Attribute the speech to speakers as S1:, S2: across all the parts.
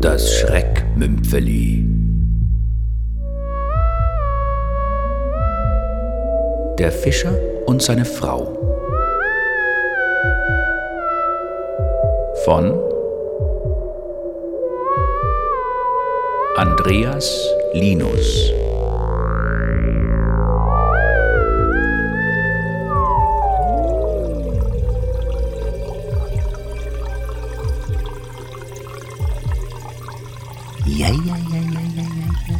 S1: Das Schreckmümpfeli. Der Fischer und seine Frau. Von Andreas Linus.
S2: Ja, ja, ja, ja, ja, ja, ja.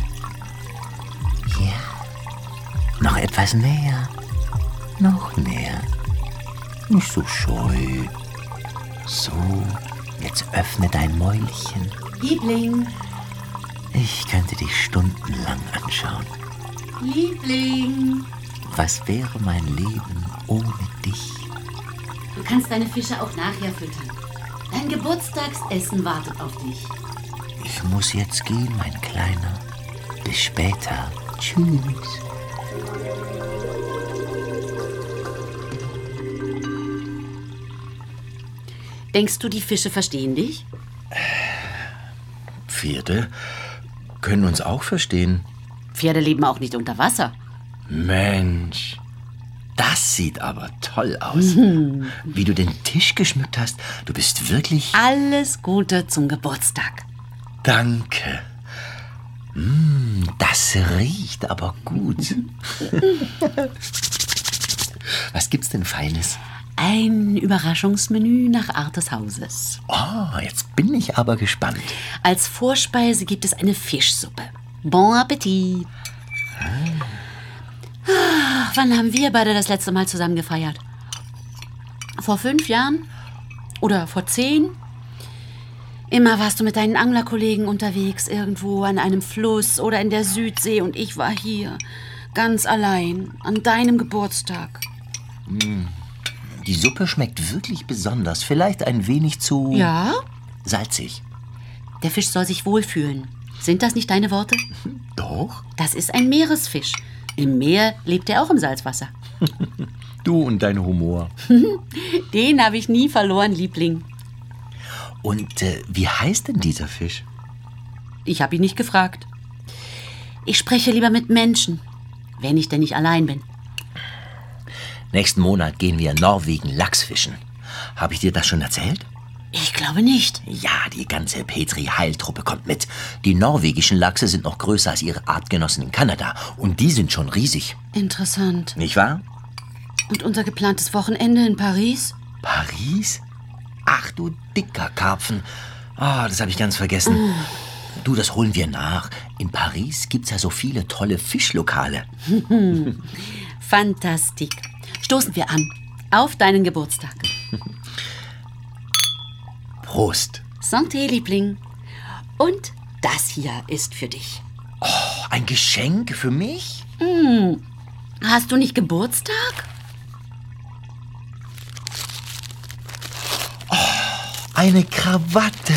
S2: Ja. Noch etwas näher. Noch näher. Nicht so scheu. So, jetzt öffne dein Mäulchen.
S3: Liebling,
S2: Ich könnte dich stundenlang anschauen.
S3: Liebling.
S2: Was wäre mein Leben ohne dich?
S3: Du kannst deine Fische auch nachher füttern. Dein Geburtstagsessen wartet auf dich.
S2: Ich muss jetzt gehen, mein Kleiner. Bis später. Tschüss.
S3: Denkst du, die Fische verstehen dich?
S4: Pferde können uns auch verstehen.
S3: Pferde leben auch nicht unter Wasser.
S4: Mensch, das sieht aber toll aus. Wie du den Tisch geschmückt hast, du bist wirklich...
S3: Alles Gute zum Geburtstag.
S4: Danke. Mm, das riecht aber gut. Was gibt's denn Feines?
S3: Ein Überraschungsmenü nach Art des Hauses.
S4: Oh, jetzt bin ich aber gespannt.
S3: Als Vorspeise gibt es eine Fischsuppe. Bon Appetit. Ah, Wann haben wir beide das letzte Mal zusammen gefeiert? Vor fünf Jahren? Oder vor zehn? Immer warst du mit deinen Anglerkollegen unterwegs, irgendwo an einem Fluss oder in der Südsee und ich war hier, ganz allein, an deinem Geburtstag.
S4: Die Suppe schmeckt wirklich besonders. Vielleicht ein wenig zu
S3: Ja?
S4: salzig.
S3: Der Fisch soll sich wohlfühlen. Sind das nicht deine Worte?
S4: Doch?
S3: Das ist ein Meeresfisch. Im Meer lebt er auch im Salzwasser.
S4: Du und dein Humor.
S3: Den habe ich nie verloren, Liebling.
S4: Und äh, wie heißt denn dieser Fisch?
S3: Ich habe ihn nicht gefragt. Ich spreche lieber mit Menschen, wenn ich denn nicht allein bin.
S4: Nächsten Monat gehen wir in Norwegen Lachs fischen. Habe ich dir das schon erzählt?
S3: Ich glaube nicht.
S4: Ja, die ganze Petri-Heiltruppe kommt mit. Die norwegischen Lachse sind noch größer als ihre Artgenossen in Kanada. Und die sind schon riesig.
S3: Interessant.
S4: Nicht wahr?
S3: Und unser geplantes Wochenende in Paris?
S4: Paris? Ach du dicker Karpfen. Ah, das habe ich ganz vergessen. Du, das holen wir nach. In Paris gibt's ja so viele tolle Fischlokale.
S3: Fantastik. Stoßen wir an. Auf deinen Geburtstag.
S4: Prost.
S3: Santé, Liebling. Und das hier ist für dich.
S4: Oh, ein Geschenk für mich?
S3: Hast du nicht Geburtstag?
S4: Eine Krawatte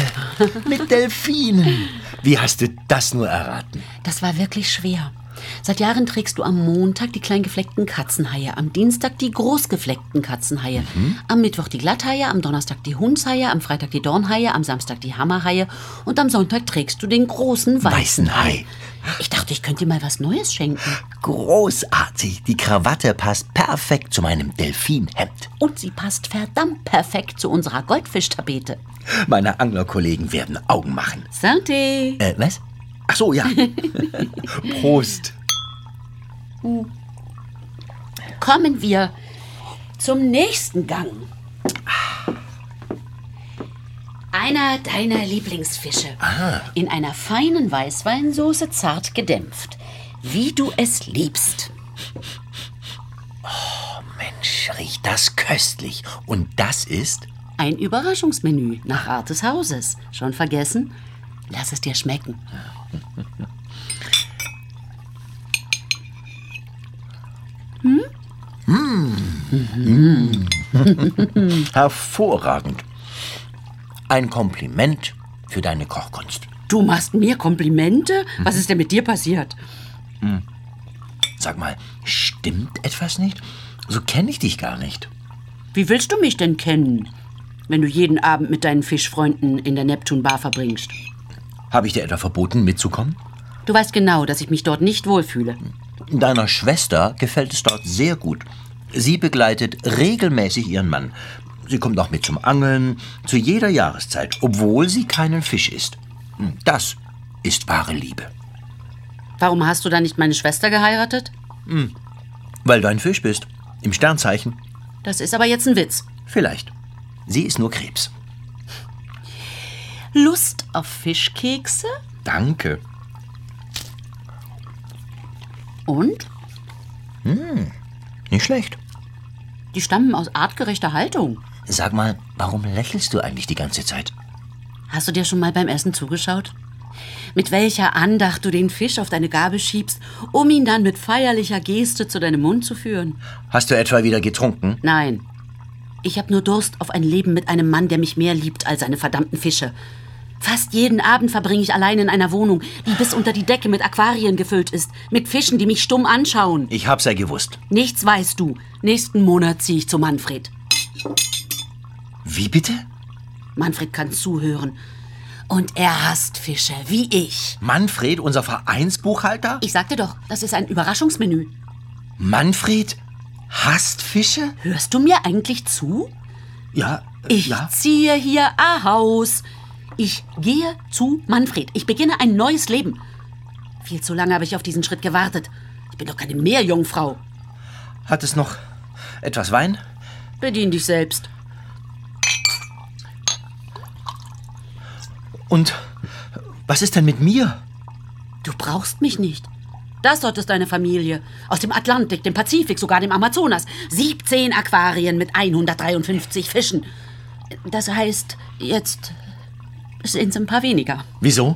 S4: mit Delfinen. Wie hast du das nur erraten?
S3: Das war wirklich schwer. Seit Jahren trägst du am Montag die kleingefleckten Katzenhaie, am Dienstag die großgefleckten Katzenhaie, am Mittwoch die Glatthaie, am Donnerstag die Hundshaie, am Freitag die Dornhaie, am Samstag die Hammerhaie und am Sonntag trägst du den großen weißen,
S4: Weißen Hai.
S3: Hai. Ich dachte, ich könnte dir mal was Neues schenken.
S4: Großartig. Die Krawatte passt perfekt zu meinem Delfinhemd.
S3: Und sie passt verdammt perfekt zu unserer Goldfischtapete.
S4: Meine Anglerkollegen werden Augen machen.
S3: Santé!
S4: Äh, was? Ach so, ja. Prost.
S3: Kommen wir zum nächsten Gang. Einer deiner Lieblingsfische. In einer feinen Weißweinsoße zart gedämpft. Wie du es liebst.
S4: Mensch, riecht das köstlich. Und das ist?
S3: Ein Überraschungsmenü nach Art des Hauses. Schon vergessen? Lass es dir schmecken.
S4: Hervorragend. Ein Kompliment für deine Kochkunst.
S3: Du machst mir Komplimente? Was ist denn mit dir passiert?
S4: Sag mal, stimmt etwas nicht? So kenne ich dich gar nicht.
S3: Wie willst du mich denn kennen, wenn du jeden Abend mit deinen Fischfreunden in der Neptun Bar verbringst?
S4: Habe ich dir etwa verboten, mitzukommen?
S3: Du weißt genau, dass ich mich dort nicht wohlfühle.
S4: Deiner Schwester gefällt es dort sehr gut. Sie begleitet regelmäßig ihren Mann. Sie kommt auch mit zum Angeln, zu jeder Jahreszeit, obwohl sie keinen Fisch isst. Hm, Das ist wahre Liebe.
S3: Warum hast du dann nicht meine Schwester geheiratet?
S4: Weil du ein Fisch bist. Im Sternzeichen.
S3: Das ist aber jetzt ein Witz.
S4: Vielleicht. Sie ist nur Krebs.
S3: Lust auf Fischkekse?
S4: Danke.
S3: Und?
S4: Nicht schlecht.
S3: Die stammen aus artgerechter Haltung.
S4: Sag mal, warum lächelst du eigentlich die ganze Zeit?
S3: Hast du dir schon mal beim Essen zugeschaut? Mit welcher Andacht du den Fisch auf deine Gabel schiebst, um ihn dann mit feierlicher Geste zu deinem Mund zu führen?
S4: Hast du etwa wieder getrunken?
S3: Nein. Ich habe nur Durst auf ein Leben mit einem Mann, der mich mehr liebt als seine verdammten Fische. Fast jeden Abend verbringe ich allein in einer Wohnung, die bis unter die Decke mit Aquarien gefüllt ist, mit Fischen, die mich stumm anschauen.
S4: Ich hab's ja gewusst.
S3: Nichts weißt du. Nächsten Monat ziehe ich zu Manfred.
S4: Wie bitte?
S3: Manfred kann zuhören. Und er hasst Fische, wie ich.
S4: Manfred, unser Vereinsbuchhalter?
S3: Ich sagte doch, das ist ein Überraschungsmenü.
S4: Manfred hasst Fische?
S3: Hörst du mir eigentlich zu?
S4: Ja, äh,
S3: Ich
S4: ja.
S3: ziehe hier ein Haus. Ich gehe zu Manfred. Ich beginne ein neues Leben. Viel zu lange habe ich auf diesen Schritt gewartet. Ich bin doch keine Meerjungfrau.
S4: Hat es noch etwas Wein?
S3: Bedien dich selbst.
S4: Und was ist denn mit mir?
S3: Du brauchst mich nicht. Das dort ist deine Familie. Aus dem Atlantik, dem Pazifik, sogar dem Amazonas. 17 Aquarien mit 153 Fischen. Das heißt, jetzt sind es ein paar weniger.
S4: Wieso?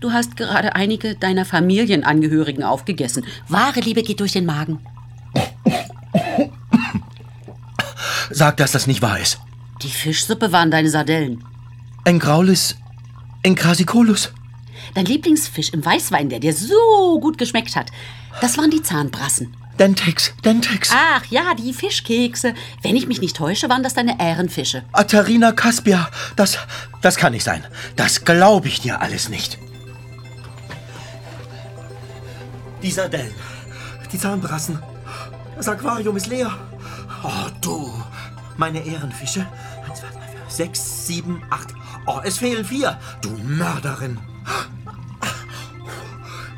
S3: Du hast gerade einige deiner Familienangehörigen aufgegessen. Wahre Liebe geht durch den Magen.
S4: Sag, dass das nicht wahr ist.
S3: Die Fischsuppe waren deine Sardellen.
S4: Ein Graulis, ein Krasikolus.
S3: Dein Lieblingsfisch im Weißwein, der dir so gut geschmeckt hat, das waren die Zahnbrassen.
S4: Dentex, Dentex,
S3: Ach ja, die Fischkekse. Wenn ich mich nicht täusche, waren das deine Ährenfische.
S4: Atharina Caspia. Das, das kann nicht sein. Das glaube ich dir alles nicht.
S5: Die Sardellen, die Zahnbrassen. Das Aquarium ist leer. Oh, du, meine Ehrenfische. Eins, zwei, drei, vier, sechs, sieben, acht. Oh, es fehlen vier. Du Mörderin.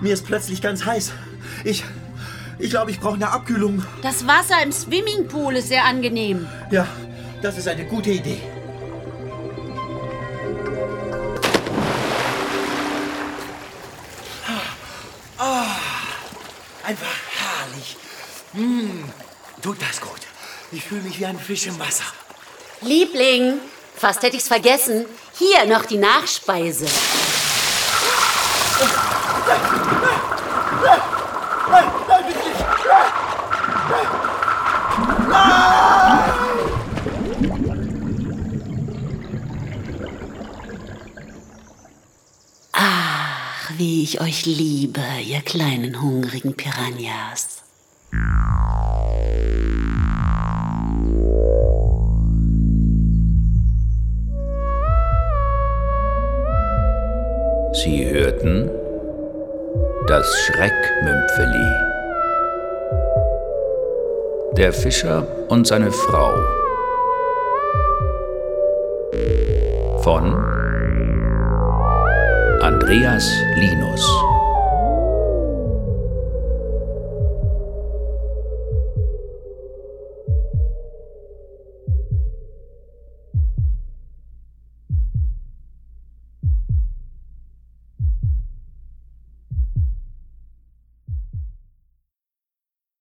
S5: Mir ist plötzlich ganz heiß. Ich, ich glaube, ich brauche eine Abkühlung.
S3: Das Wasser im Swimmingpool ist sehr angenehm.
S5: Ja, das ist eine gute Idee. Ah, einfach herrlich. Mm, tut das gut. Ich fühle mich wie ein Fisch im Wasser.
S3: Liebling, fast hätte ich's vergessen. Hier noch die Nachspeise. Ach, Wie ich euch liebe, ihr kleinen hungrigen Piranhas.
S1: Sie hörten das Schreckmümpfeli. Der Fischer und seine Frau. Von Andreas Linus.